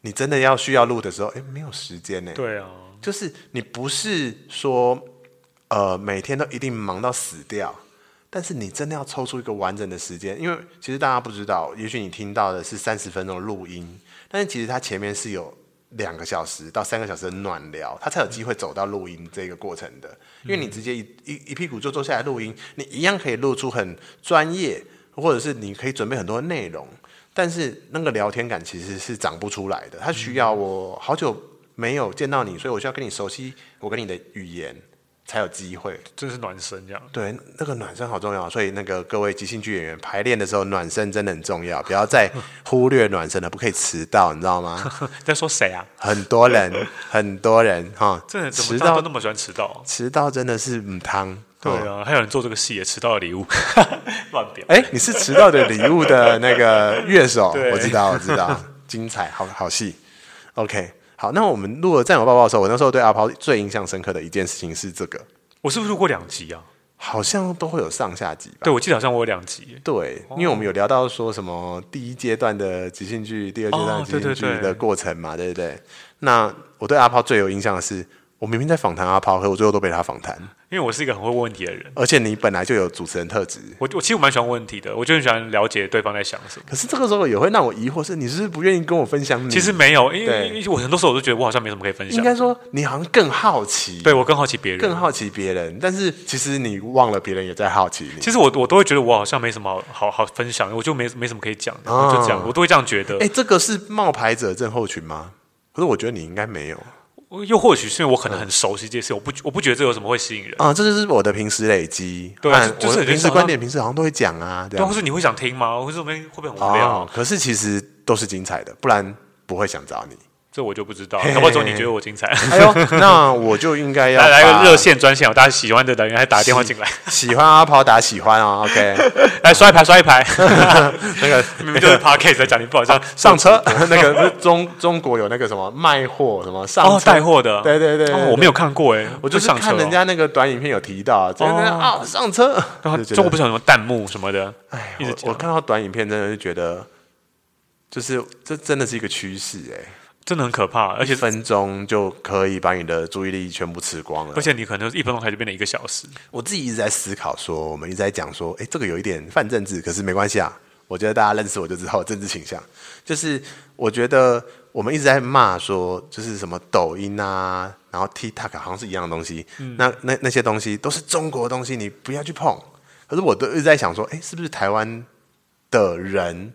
Speaker 1: 你真的要需要录的时候，哎、没有时间呢。，
Speaker 2: 对啊，
Speaker 1: 就是你不是说呃每天都一定忙到死掉。但是你真的要抽出一个完整的时间，因为其实大家不知道，也许你听到的是三十分钟的录音，但是其实它前面是有两个小时到三个小时的暖聊，它才有机会走到录音这个过程的。因为你直接一一一屁股就坐下来录音，你一样可以录出很专业，或者是你可以准备很多内容，但是那个聊天感其实是长不出来的。它需要我好久没有见到你，所以我需要跟你熟悉我跟你的语言，才有机会。
Speaker 2: 真是暖身这样。
Speaker 1: 对，那个暖身好重要，所以那个各位即兴剧演员排练的时候，暖身真的很重要，不要再忽略暖身了，不可以迟到，你知道 吗？
Speaker 2: 你在说谁啊？
Speaker 1: 很多人，很多人哈，
Speaker 2: 真的怎
Speaker 1: 迟
Speaker 2: 么大家都
Speaker 1: 到
Speaker 2: 那么喜欢迟到啊？
Speaker 1: 迟到真的是嗯汤。
Speaker 2: 对
Speaker 1: 哦，
Speaker 2: 啊，还有人做这个戏也迟到的礼物， 乱表。
Speaker 1: 哎、你是迟到的礼物的那个乐手，
Speaker 2: 对
Speaker 1: 我知道，我知道，精彩，好好戏。OK，好，那我们录了战友抱抱的时候，我那时候对阿抛最印象深刻的一件事情是这个，
Speaker 2: 我是不是录过两集啊？
Speaker 1: 好像都会有上下集吧？
Speaker 2: 对，我记得好像我有两集耶。
Speaker 1: 对，因为我们有聊到说什么第一阶段的即兴剧、第二阶段的
Speaker 2: 哦
Speaker 1: 即兴
Speaker 2: 对对
Speaker 1: 剧
Speaker 2: 对
Speaker 1: 的过程嘛，对不对？那我对阿炮最有印象的是，我明明在访谈阿抛，可我最后都被他访谈。
Speaker 2: 因为我是一个很会问问题的人，
Speaker 1: 而且你本来就有主持人特质，
Speaker 2: 我我其实我蛮喜欢问问题的，我就很喜欢了解对方在想什么。
Speaker 1: 可是这个时候也会让我疑惑是，你是不是不愿意跟我分享你？
Speaker 2: 其实没有，因为
Speaker 1: 嗯对
Speaker 2: 因为我很多时候我都觉得我好像没什么可以分
Speaker 1: 应
Speaker 2: 享。
Speaker 1: 该说，你好像更好奇，
Speaker 2: 对，我更好奇别人，
Speaker 1: 更好奇别人，但是其实你忘了别人也在好奇你。
Speaker 2: 其实我我都会觉得我好像没什么好好好分享，我就没没什么可以讲的，我就这样，
Speaker 1: 啊
Speaker 2: 我都会这样觉得
Speaker 1: 哎、。这个是冒牌者症候群吗？可是我觉得你应该没有
Speaker 2: 我又或许是因为我可能很熟悉这件事，我不我不觉得这有什么会吸引人，
Speaker 1: 啊、这就是我的平时累积。
Speaker 2: 对啊
Speaker 1: 按
Speaker 2: 就就是
Speaker 1: 我
Speaker 2: 有些
Speaker 1: 平
Speaker 2: 时
Speaker 1: 时
Speaker 2: 候
Speaker 1: 观点，平时好像都会讲啊，这
Speaker 2: 对啊，
Speaker 1: 样
Speaker 2: 或。是你会想听吗？或是这边会不会很无聊？
Speaker 1: 哦，可是其实都是精彩的，不然不会想找你。
Speaker 2: 这我就不知道，
Speaker 1: 嘿
Speaker 2: 搞不好只有你觉得我精彩。
Speaker 1: 哎呦， 那我就应该要
Speaker 2: 来来
Speaker 1: 把
Speaker 2: 个热线专线，有大家喜欢的人还打电话进来，
Speaker 1: 喜欢阿跑打喜欢啊、哦、，OK，
Speaker 2: 来刷一排刷一排。
Speaker 1: 那个
Speaker 2: 明明 就是 podcast 在讲，你不好像
Speaker 1: 上车， 那个是中中国有那个什么卖货什么上
Speaker 2: 哦
Speaker 1: 车
Speaker 2: 带货的，
Speaker 1: 对对对对
Speaker 2: 哦我没有看过哎，
Speaker 1: 我就是
Speaker 2: 上车
Speaker 1: 看
Speaker 2: 哦
Speaker 1: 人，家那个短影片有提到，真的啊、上车，
Speaker 2: 然后
Speaker 1: 就觉得
Speaker 2: 中国不是有什么弹幕什么的，
Speaker 1: 哎
Speaker 2: 一直
Speaker 1: 我我
Speaker 2: 讲，
Speaker 1: 看到短影片真的是觉得，就是这真的是一个趋势哎，
Speaker 2: 真的很可怕，而且
Speaker 1: 一分钟就可以把你的注意力全部吃光了
Speaker 2: 而。且你可能一分钟才就变成一个小时，
Speaker 1: 我自己一直在思考说，我们一直在讲说，哎，这个有一点泛政治，可是没关系啊。我觉得大家认识我就知道我政治倾向，就是我觉得我们一直在骂说，就是什么抖音啊，然后 TikTok 好像是一样的东西，那那那些东西都是中国的东西，你不要去碰。可是我都一直在想说，哎，是不是台湾的人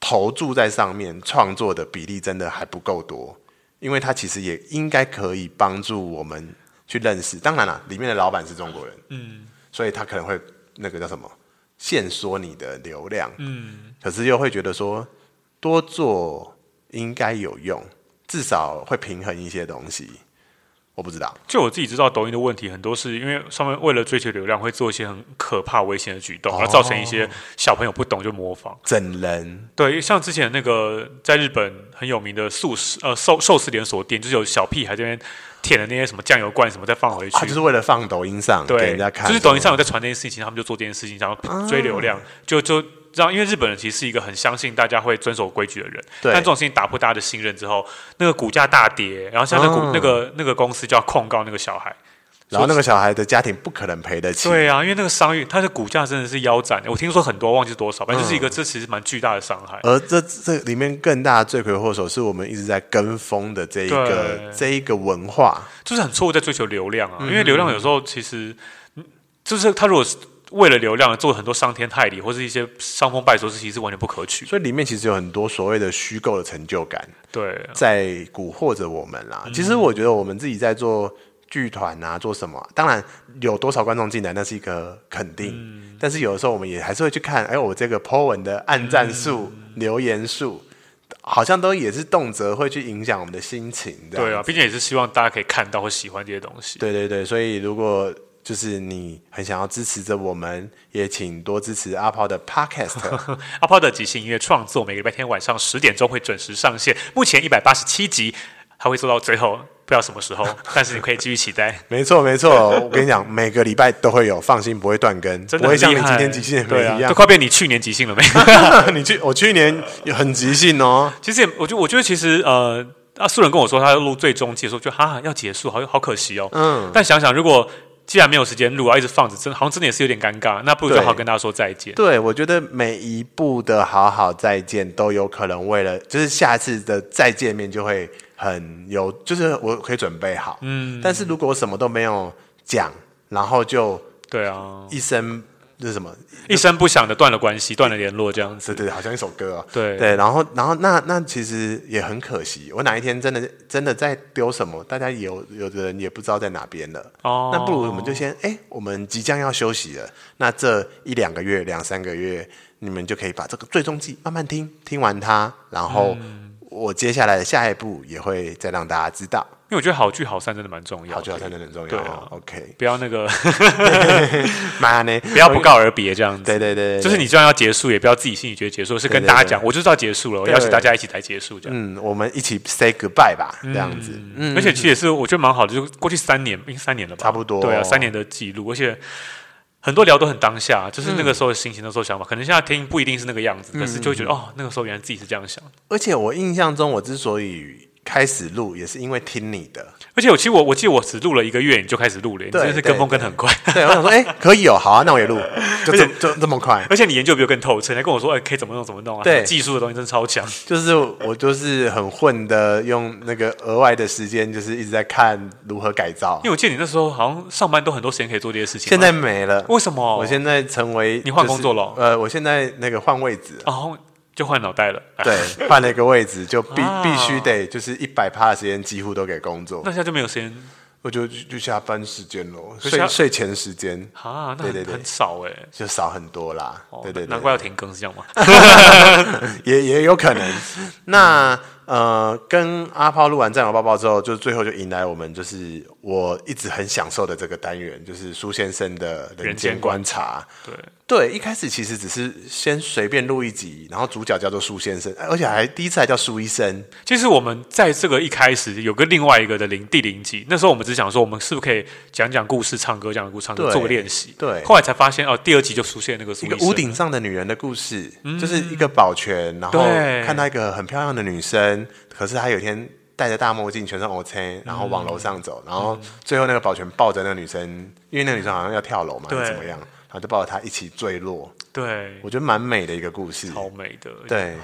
Speaker 1: 投注在上面创作的比例真的还不够多，因为它其实也应该可以帮助我们去认识。当然了，里面的老板是中国人，嗯，所以他可能会那个叫什么限缩你的流量，嗯，可是又会觉得说多做应该有用，至少会平衡一些东西。我不知道，
Speaker 2: 就我自己知道，抖音的问题很多是因为上面为了追求流量，会做一些很可怕、危险的举动，
Speaker 1: 哦
Speaker 2: 然后造成一些小朋友不懂就模仿。
Speaker 1: 整人
Speaker 2: 对，像之前那个在日本很有名的素食呃寿寿司连锁店，就是有小屁孩这边舔的那些什么酱油罐什么再放回去，
Speaker 1: 啊，就是为了放抖音上给
Speaker 2: 对，
Speaker 1: 人家看，啊
Speaker 2: 就是抖音上有在传这件事情，他们就做这件事情，然后追流量，就就让因为日本人其实是一个很相信大家会遵守规矩的人，
Speaker 1: 对
Speaker 2: 但这种事情打破大家的信任之后，那个股价大跌，然后现在那股、
Speaker 1: 嗯
Speaker 2: 那个那个公司就要控告那个小孩。
Speaker 1: 然后那个小孩的家庭不可能赔得起，
Speaker 2: 对啊，因为那个商誉，它的股价真的是腰斩的。我听说很多，忘记多
Speaker 1: 嗯
Speaker 2: 少，反正就是一个，这其实蛮巨大的伤害。
Speaker 1: 而这这里面更大的罪魁祸首是我们一直在跟风的这一个
Speaker 2: 对
Speaker 1: 这一个文化，
Speaker 2: 就是很错误在追求流量
Speaker 1: 嗯
Speaker 2: 啊，因为流量有时候其实，嗯就是他如果是为了流量做很多伤天害理或是一些伤风败俗的事情，是完全不可取。
Speaker 1: 所以里面其实有很多所谓的虚构的成就感
Speaker 2: 对，
Speaker 1: 在蛊惑着我们啦。
Speaker 2: 嗯
Speaker 1: 其实我觉得我们自己在做剧团啊，做什么啊，当然有多少观众进来那是一个肯定，
Speaker 2: 嗯
Speaker 1: 但是有的时候我们也还是会去看，哎，我这个 po 文的按赞数、
Speaker 2: 嗯
Speaker 1: 留言数，好像都也是动辄会去影响我们的心情，这样
Speaker 2: 对啊，毕竟也是希望大家可以看到或喜欢这些东西。
Speaker 1: 对对对，所以如果就是你很想要支持着我们，也请多支持阿炮的 Podcast。
Speaker 2: 阿炮的即兴音乐创作每个礼拜天晚上十点钟会准时上线，目前一百八十七集，还会做到最后，不知道什么 时候，但是你可以继续期待。
Speaker 1: 没错没错，我跟你讲，每个礼拜都会有，放心不会断更，
Speaker 2: 真
Speaker 1: 不
Speaker 2: 的
Speaker 1: 会
Speaker 2: 很
Speaker 1: 像
Speaker 2: 厉
Speaker 1: 你今
Speaker 2: 害，
Speaker 1: 天即兴也没
Speaker 2: 对啊
Speaker 1: 一，样
Speaker 2: 都。快变你去年即兴了没？
Speaker 1: 你去我去年也很即兴哦，
Speaker 2: 其实也，我觉得，我觉得其实呃，啊，素人跟我说他要录最终季的时候，就哈要结束，好好可惜哦。嗯，但想想如果既然没有时间录，要一直放着，真好像真的也是有点尴尬，那不如就
Speaker 1: 对
Speaker 2: 好好跟大家说再见。
Speaker 1: 对我觉得每一步的好好再见都有可能为了，就是下次的再见面就会很有，就是我可以准备好。嗯，但是如果我什么都没有讲，然后就
Speaker 2: 对啊，
Speaker 1: 一声那是什么
Speaker 2: 一声不响的断了关系，断了联络这样子。
Speaker 1: 对对，好像一首歌哦。
Speaker 2: 对
Speaker 1: 对，然后然后那那其实也很可惜，我哪一天真的真的在丢什么，大家有有的人也不知道在哪边了。
Speaker 2: 哦
Speaker 1: 那不如我们就先哎，我们即将要休息了，那这一两个月、两三个月，你们就可以把这个最终季慢慢听，听完它，然后
Speaker 2: 嗯
Speaker 1: 我接下来的下一步也会再让大家知道。
Speaker 2: 因为我觉得好聚好散真的蛮重要的，
Speaker 1: 好聚好散真的很重要
Speaker 2: 对
Speaker 1: 哦。
Speaker 2: 啊
Speaker 1: OK，
Speaker 2: 不要那个
Speaker 1: 妈呢？
Speaker 2: 不要不告而别这样子。
Speaker 1: 对对对，对
Speaker 2: 就是你就算要结束，也不要自己心里觉得结束，是跟
Speaker 1: 对对
Speaker 2: 大家
Speaker 1: 对
Speaker 2: 讲，我就知道结束了，我邀请大家一起来结束这样。
Speaker 1: 嗯，我们一起 say goodbye 吧，这样子。嗯，
Speaker 2: 而且其实也是我觉得蛮好的，就过去三年，应该三年了吧，
Speaker 1: 差不多
Speaker 2: 对啊，三年的记录，而且很多聊都很当下，就是
Speaker 1: 嗯
Speaker 2: 那个时候的心情，那时候想法，可能现在听不一定是那个样子，可是就会觉得哦，那个时候原来自己是这样想，
Speaker 1: 而且我印象中，我之所以开始录也是因为听你的，
Speaker 2: 而且我其实我我记得我只录了一个月，你就开始录了，你真的是跟风跟得很快。
Speaker 1: 对我想说， 哎、可以哦，好啊，那我也录，就这就这么快，
Speaker 2: 而且你研究比我更透彻，你还跟我说，哎、可以怎么弄怎么弄啊？
Speaker 1: 对
Speaker 2: 什么技术的东西真的超强。
Speaker 1: 就是我就是很混的，用那个额外的时间，就是一直在看如何改造
Speaker 2: 因。为我记得你那时候好像上班都很多时间可以做这些事情嘛。
Speaker 1: 现在没了，
Speaker 2: 为什么？
Speaker 1: 我现在成为、
Speaker 2: 你换
Speaker 1: 就是
Speaker 2: 工作了哦
Speaker 1: 呃，我现在那个换位置了，
Speaker 2: 然后就换脑袋了。哎，
Speaker 1: 对，换了一个位置，就必、
Speaker 2: 啊
Speaker 1: 必须得就是一百趴的时间几乎都给工作
Speaker 2: 那，现在就没有时间
Speaker 1: 我就就就下班时间咯，
Speaker 2: 是下
Speaker 1: 睡睡前时间
Speaker 2: 啊，那
Speaker 1: 对
Speaker 2: 很
Speaker 1: 对对
Speaker 2: 很少哎、
Speaker 1: 就少很多啦。
Speaker 2: 哦
Speaker 1: 对对对，
Speaker 2: 难怪要停更是这样吗？
Speaker 1: 也也有可能。那呃，跟阿炮录完《战友抱抱》之后，就最后就迎来我们就是我一直很享受的这个单元，就是苏先生的人间
Speaker 2: 人间
Speaker 1: 观察。
Speaker 2: 对，
Speaker 1: 对，一开始其实只是先随便录一集，然后主角叫做苏先生，而且还第一次还叫苏医生。
Speaker 2: 其实我们在这个一开始有跟另外一个的零第零集，那时候我们只想说，我们是不是可以讲讲故事、唱歌、讲讲故事、唱歌，
Speaker 1: 对
Speaker 2: 做个练习。
Speaker 1: 对
Speaker 2: 后来才发现哦，第二集就出现那个苏
Speaker 1: 一
Speaker 2: 医
Speaker 1: 个
Speaker 2: 生
Speaker 1: 屋，顶上的女人的故事，就是一个保全，然后
Speaker 2: 对
Speaker 1: 看到一个很漂亮的女生，可是她有一天戴着大墨镜，全身 O C，然后往楼上走，然后最后那个保全抱着那个女生，因为那个女生好像要跳楼嘛，还
Speaker 2: 对
Speaker 1: 是怎么样，然后就抱着她一起坠落。
Speaker 2: 对，
Speaker 1: 我觉得蛮美的一个故事，
Speaker 2: 超美的。，
Speaker 1: 对，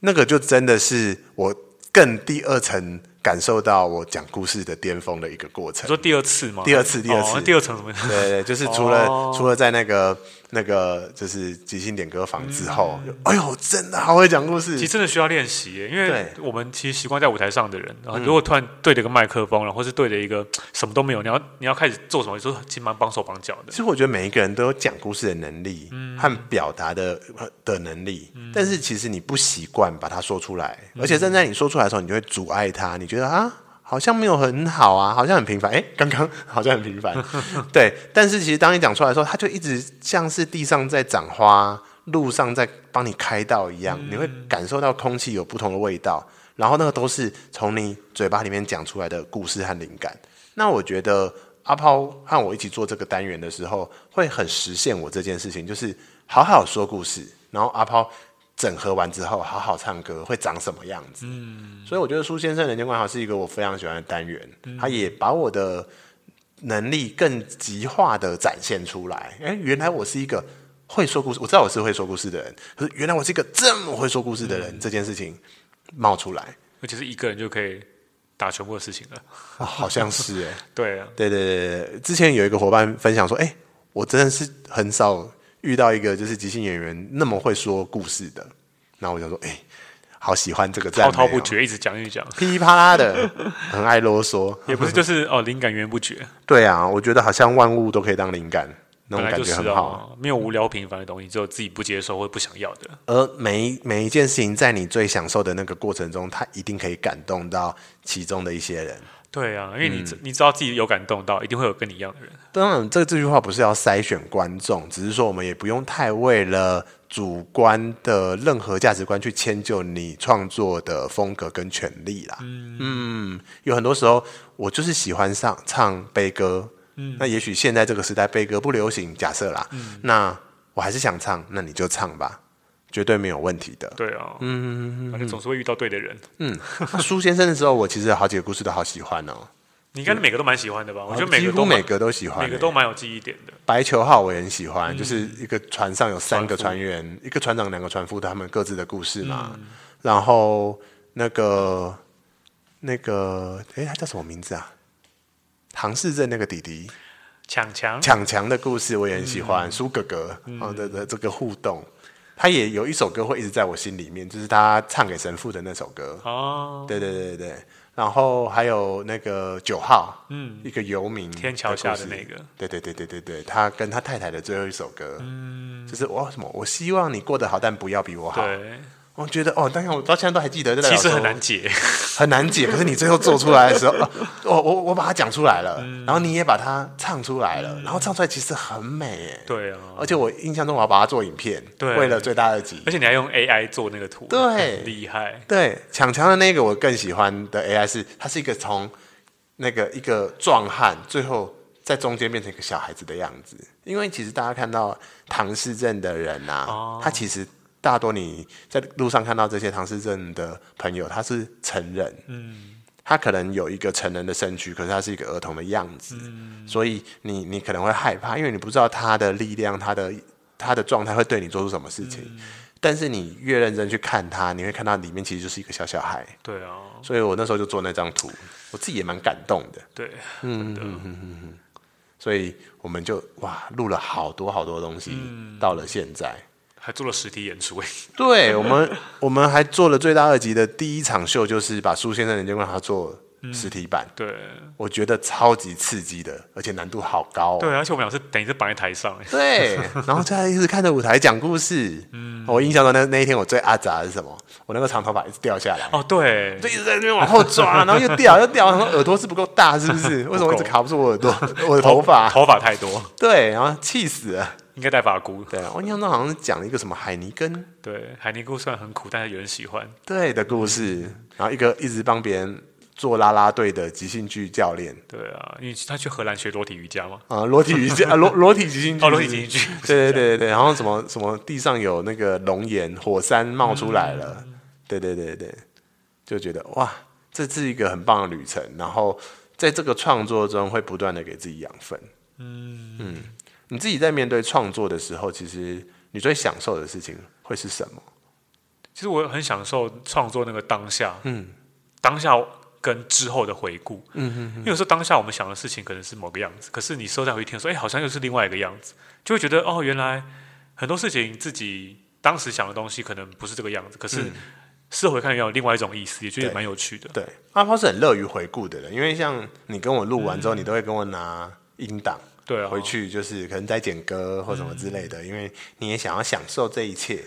Speaker 1: 那个就真的是我更第二层感受到我讲故事的巅峰的一个过程
Speaker 2: 你。说第二次吗？
Speaker 1: 第二次第二次
Speaker 2: 哦那第二层什么？
Speaker 1: 对对，就是除了、
Speaker 2: 哦
Speaker 1: 除了在那个那个就是即兴点歌房之后，就哎呦，真的好会讲故
Speaker 2: 其
Speaker 1: 事
Speaker 2: 实，真的需要练习耶，因为
Speaker 1: 对嗯
Speaker 2: 我们其实习惯在舞台上的人，然后如果突然对着一个麦克风，然后是对着一个什么都没有，你要你要开始做什么，就是其实蛮绑手绑脚的
Speaker 1: 其。实我觉得每一个人都有讲故事的能力和表达的的能力，但是其实你不习惯把它说出来，而且正在你说出来的时候，你就会阻碍它，你觉得啊。好像没有很好啊，好像很平凡。哎、刚刚 好像很平凡，对。但是其实当你讲出来的时候，它就一直像是地上在长花，路上在帮你开道一样，你会感受到空气有不同的味道，然后那个都是从你嘴巴里面讲出来的故事和灵感。那我觉得阿抛和我一起做这个单元的时候，会很实现我这件事情，就是好好说故事，然后阿抛整合完之后，好好唱歌，会长什么样子？嗯，所以我觉得苏先生人间观察是一个我非常喜欢的单元，他也把我的能力更极化的展现出来。哎，原来我是一个会说故事，我知道我是会说故事的人，可是原来我是一个这么会说故事的人，这件事情冒出来，
Speaker 2: 而且是一个人就可以打全部的事情了。
Speaker 1: 啊好像是哎、
Speaker 2: 对啊，
Speaker 1: 对对对对对，之前有一个伙伴分享说，哎、我真的是很少遇到一个就是即兴演员那么会说故事的。那我想说，哎、好喜欢这个赞
Speaker 2: 滔
Speaker 1: 美、哦，
Speaker 2: 滔不，绝，一直讲一直讲，
Speaker 1: 噼里啪啦的，很爱啰嗦。
Speaker 2: 也不 是就是哦，灵感源源不绝，
Speaker 1: 对啊，我觉得好像万物都可以当灵感，那
Speaker 2: 本
Speaker 1: 种
Speaker 2: 来
Speaker 1: 感
Speaker 2: 就
Speaker 1: 觉
Speaker 2: 是
Speaker 1: 很好。
Speaker 2: 啊，没有无聊平凡的东西，只有自己不接受或不想要的。
Speaker 1: 而每一每一件事情，在你最享受的那个过程中，它一定可以感动到其中的一些人。
Speaker 2: 对啊，
Speaker 1: 嗯
Speaker 2: 因为你、你知道自己有感动到，一定会有跟你一样的人。
Speaker 1: 当然，这这句话不是要筛选观众，只是说我们也不用太为了主观的任何价值观去迁就你创作的风格跟权利啦。嗯有很多时候我就是喜欢上唱悲歌，嗯，那也许现在这个时代悲歌不流行，假设啦，
Speaker 2: 嗯
Speaker 1: 那我还是想唱，那你就唱吧，绝对没有问题的。
Speaker 2: 对啊，嗯，反正总是会遇到对的人。
Speaker 1: 那苏先生的时候，我其实有好几个故事都好喜欢哦，
Speaker 2: 你应该每个都蛮喜欢的吧？我
Speaker 1: 我
Speaker 2: 觉得每
Speaker 1: 哦几
Speaker 2: 个
Speaker 1: 乎
Speaker 2: 都蛮
Speaker 1: 每个都喜欢、
Speaker 2: 每个都蛮有记忆点的。
Speaker 1: 白球号我也很喜欢，就是一个船上有三个船员，一个船长，两个船夫，他们各自的故事嘛。然后那个那个，诶，他叫什么名字啊？唐氏症那个弟弟
Speaker 2: 强强，
Speaker 1: 抢强的故事我也很喜欢，苏、哥哥哦的的这个互动，他也有一首歌会一直在我心里面，就是他唱给神父的那首歌。
Speaker 2: 哦，
Speaker 1: 对对对对对，然后还有那个九号，嗯，一个游民
Speaker 2: 天桥下
Speaker 1: 故
Speaker 2: 的
Speaker 1: 事
Speaker 2: 那个，
Speaker 1: 对对对对对对，他跟他太太的最后一首歌，嗯，就是我什么，我希望你过得好，但不要比我好。
Speaker 2: 对，
Speaker 1: 我觉得哦，当然我到现在都还记得这两
Speaker 2: 其
Speaker 1: 首，
Speaker 2: 实很难 解。
Speaker 1: 很难解，可是你最后做出来 的时候，哦我我我把它讲出来了，
Speaker 2: 嗯
Speaker 1: 然后你也把它唱出来了，然后唱出来其实很美耶。
Speaker 2: 对啊，
Speaker 1: 而且我印象中我要把它做影片，
Speaker 2: 对
Speaker 1: 为了最大的集
Speaker 2: 而，且你还用 AI 做那个图，
Speaker 1: 对
Speaker 2: 很厉害。
Speaker 1: 对，抢强的那个我更喜欢的 AI 是，它是一个从那个一个壮汉，最后在中间变成一个小孩子的样子。因为其实大家看到唐氏症的人啊，他其实大多你在路上看到这些唐氏症的朋友，他是成人，嗯，他可能有一个成人的身躯，可是他是一个儿童的样子，所以你你可能会害怕，因为你不知道他的力量，他的他的状态会对你做出什么事情。但是你越认真去看他，你会看到里面其实就是一个小小孩，
Speaker 2: 对啊，
Speaker 1: 所以我那时候就做那张图，我自己也蛮感动的。
Speaker 2: 对，
Speaker 1: 所以我们就哇录了好多好多东西，到了现在。
Speaker 2: 还做了实体演出，欸
Speaker 1: 对我们，我们还做了最大二级的第一场秀，就是把苏先生的人间观察做实体版，
Speaker 2: 对
Speaker 1: 我觉得超级刺激的，而且难度好高、哦。
Speaker 2: 对，啊而且我们俩是等于是绑在台上，哎
Speaker 1: 对，然后再一直看着舞台讲故事。嗯，我印象中那那一天我最阿杂的是什么？我那个长头发一直掉下来，
Speaker 2: 哦，对
Speaker 1: 就，一直在那边往后抓， 然后又掉又掉，然后耳朵是不够大， 是不是？为什么一直卡不住我耳 朵？我的头发？
Speaker 2: 头发太多，
Speaker 1: 对，然后气死了。
Speaker 2: 应该戴发箍。
Speaker 1: 对，啊我印象中好像是讲了一个什么海尼根
Speaker 2: 对，海尼姑虽然很苦，但是有人喜欢。
Speaker 1: 对的故事，然后一个一直帮别人做啦啦队的即兴剧教练
Speaker 2: 对啊，因为他去荷兰学裸体瑜伽嘛，
Speaker 1: 啊、裸 体瑜伽啊，裸裸体即兴剧，
Speaker 2: 哦，裸体情剧，
Speaker 1: 对对对对对，然后什么什么地上有那个龙眼火山冒出来了，
Speaker 2: 嗯
Speaker 1: 对对对对，就觉得哇，这是一个很棒的旅程。然后在这个创作中，会不断的给自己养分。嗯你自己在面对创作的时候，其实你最享受的事情会是什么？
Speaker 2: 其实我很享受创作那个当下，嗯，当下跟之后的回顾，嗯嗯，因为有时候当下我们想的事情可能是某个样子，可是你收在回听说，哎、好像又是另外一个样子，就会觉得哦，原来很多事情自己当时想的东西可能不是这个样子，可是事后回看有另外一种意思，也觉得
Speaker 1: 对
Speaker 2: 蛮有趣的。
Speaker 1: 嗯对，阿抛是很乐于回顾的人，因为像你跟我录完之后，你都会跟我拿音档。
Speaker 2: 嗯对啊，嗯
Speaker 1: 回去就是可能在剪歌或什么之类的，因为你也想要享受这一切。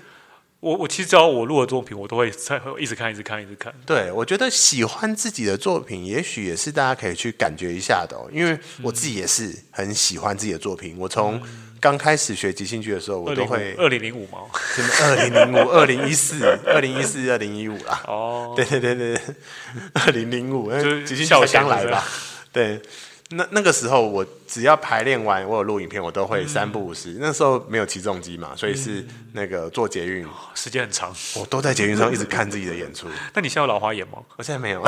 Speaker 2: 我我其实只要我录的作品，我都会在一直看，一直看，一直看。
Speaker 1: 对，我觉得喜欢自己的作品，也许也是大家可以去感觉一下的、哦。因为我自己也是很喜欢自己的作品。我从刚开始学即兴剧的时候， 我
Speaker 2: 嗯二
Speaker 1: 都
Speaker 2: 零
Speaker 1: 会
Speaker 2: 二零零五嘛，
Speaker 1: 什么二零零五、二零一四、二零一四、二零一五啦。
Speaker 2: 哦，
Speaker 1: 对对对对，二零零五，哎
Speaker 2: 是
Speaker 1: 即兴
Speaker 2: 笑
Speaker 1: 才
Speaker 2: 闲
Speaker 1: 刚来
Speaker 2: 是吧
Speaker 1: 吧？对，那那个时候我只要排练完，我有录影片，我都会三不五
Speaker 2: 嗯
Speaker 1: 时。那时候没有起重机嘛，所以是那个坐捷运，
Speaker 2: 时间很长。
Speaker 1: 我都在捷运上一直看自己的演出。
Speaker 2: 那你现在有老花眼吗？
Speaker 1: 我现在没有，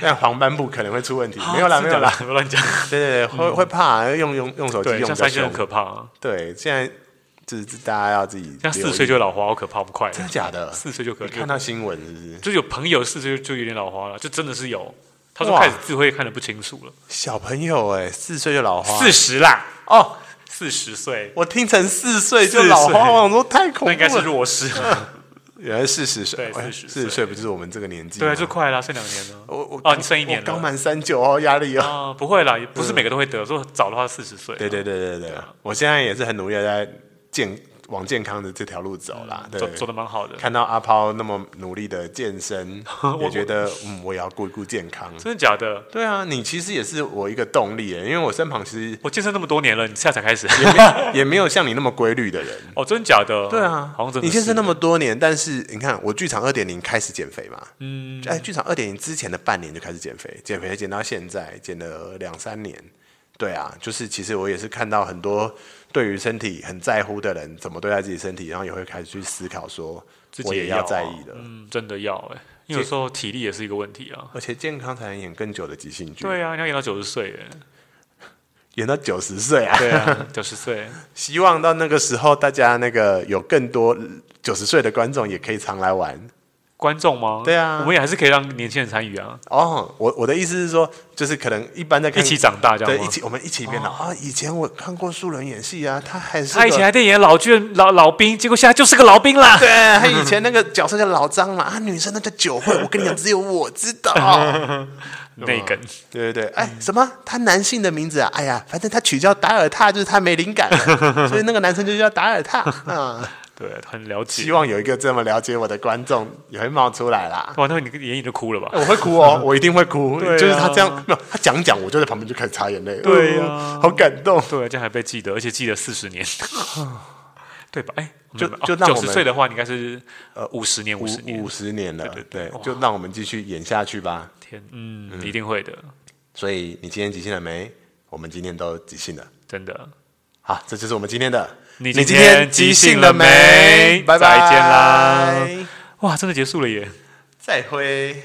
Speaker 1: 但黄斑部可能会出问题。没有
Speaker 2: 啊
Speaker 1: 啦，没有啦。，
Speaker 2: 真的假的乱讲。
Speaker 1: 对对对，会会怕用用用手机
Speaker 2: 对，
Speaker 1: 用
Speaker 2: 像
Speaker 1: 比
Speaker 2: 三
Speaker 1: 较
Speaker 2: 星
Speaker 1: 凶
Speaker 2: 很。可怕、啊，
Speaker 1: 对，现在就是大家要自己
Speaker 2: 像四
Speaker 1: 留
Speaker 2: 十
Speaker 1: 意
Speaker 2: 岁就老花，好可怕，我们快
Speaker 1: 真
Speaker 2: 了
Speaker 1: 的。假的？
Speaker 2: 四十岁就可
Speaker 1: 你看
Speaker 2: 能
Speaker 1: 到新闻是不是？
Speaker 2: 就有朋友四十岁就就有点老花了，就真的是有。他说
Speaker 1: 哇
Speaker 2: 开始字会看得不清楚了，
Speaker 1: 小朋友哎、四岁就老花，
Speaker 2: 四十啦，
Speaker 1: 哦，
Speaker 2: 四十岁，
Speaker 1: 我听成四岁就
Speaker 2: 四
Speaker 1: 老
Speaker 2: 岁
Speaker 1: 花，我想说太恐怖
Speaker 2: 那
Speaker 1: 了。
Speaker 2: 应该是弱视。
Speaker 1: 原来四十岁，
Speaker 2: 对
Speaker 1: 哎
Speaker 2: 40
Speaker 1: 四十岁不就是我们这个年纪吗？
Speaker 2: 对，啊就快啦，剩两年了。
Speaker 1: 我我
Speaker 2: 哦，你剩一年
Speaker 1: 我
Speaker 2: 了，
Speaker 1: 刚满三九哦，压力哦。
Speaker 2: 啊，不会啦，也不是每个都会得。说早的话四十岁，
Speaker 1: 对对对对对，我现在也是很努力地在健往健康的这条路走啦。对
Speaker 2: 走，嗯走的蛮好的。
Speaker 1: 看到阿抛那么努力的健身，
Speaker 2: 我
Speaker 1: 我觉得嗯，我也要顾一顾健康。
Speaker 2: 真的假的？
Speaker 1: 对啊，你其实也是我一个动力耶，因为我身旁其实
Speaker 2: 我健身那么多年了，你现在才开始？
Speaker 1: 也没有也没有像你那么规律的人。
Speaker 2: 哦，真的假 的？
Speaker 1: 对啊，
Speaker 2: 好像真的
Speaker 1: 你健
Speaker 2: 是
Speaker 1: 身那么多年，但是你看我剧场二点零开始减肥嘛，嗯，哎，剧场二点零之前的半年就开始减肥，减肥减到现在，减了两三年。对啊，就是其实我也是看到很多对于身体很在乎的人怎么对待自己身体，然后也会开始去思考说，
Speaker 2: 自己
Speaker 1: 我也
Speaker 2: 要
Speaker 1: 要
Speaker 2: 啊
Speaker 1: 在意的，
Speaker 2: 嗯，真的要哎、因为有时候体力也是一个问题啊。
Speaker 1: 而且健康才能演更久的即兴剧，
Speaker 2: 对啊，你要演到九十岁哎，
Speaker 1: 演到九十岁啊！
Speaker 2: 对啊，九十岁，
Speaker 1: 希望到那个时候，大家那个有更多九十岁的观众也可以常来玩。
Speaker 2: 观众吗？
Speaker 1: 对啊
Speaker 2: 我们也还是可以让年轻人参与啊，
Speaker 1: 哦，我我的意思是说，就是可能一般在
Speaker 2: 一
Speaker 1: 看
Speaker 2: 起长大这
Speaker 1: 对，
Speaker 2: 样
Speaker 1: 一
Speaker 2: 吗？
Speaker 1: 起我们一起变老啊！以前我看过素人演戏啊，他还是
Speaker 2: 他以前
Speaker 1: 个
Speaker 2: 还在演老剧老老兵，结果现在就是个老兵啦。
Speaker 1: 对，他以前那个角色叫老张嘛，啊，女生那叫九惠，我跟你讲，只有我知 道。
Speaker 2: 那个
Speaker 1: 对对对，哎，什么？他男性的名字啊？哎呀，反正他取叫达尔塔，就是他没灵感了，所以那个男生就叫达尔塔。 啊，
Speaker 2: 对，很了解
Speaker 1: 希。望有一个这么了解我的观众也会冒出来啦。
Speaker 2: 哇，那你演演都哭了吧？
Speaker 1: 我会哭哦，我一定会哭。
Speaker 2: 对啊
Speaker 1: 就是他这样，没有他讲讲，我就在旁边就开始擦眼泪。
Speaker 2: 对呀
Speaker 1: 哦好感动。
Speaker 2: 对，啊这样还被记得，而且记得四 十年，对吧？哎，
Speaker 1: 就就让
Speaker 2: 九
Speaker 1: 我
Speaker 2: 十
Speaker 1: 们
Speaker 2: 岁的话，你应该是呃五十年，五十
Speaker 1: 五
Speaker 2: 年
Speaker 1: 五，十年了，
Speaker 2: 对啊对
Speaker 1: 对，就让我们继续演下去吧。
Speaker 2: 天，嗯，一定会的，
Speaker 1: 所以你今天即兴了没？我们今天都即兴了。
Speaker 2: 真的。
Speaker 1: 好，这就是我们今天的
Speaker 2: 你
Speaker 1: 你
Speaker 2: 今
Speaker 1: 今天即
Speaker 2: 即
Speaker 1: 兴
Speaker 2: 兴
Speaker 1: 了
Speaker 2: 没
Speaker 1: 没？？拜拜，
Speaker 2: 再见啦！！哇，真的结束了耶！
Speaker 1: 再会。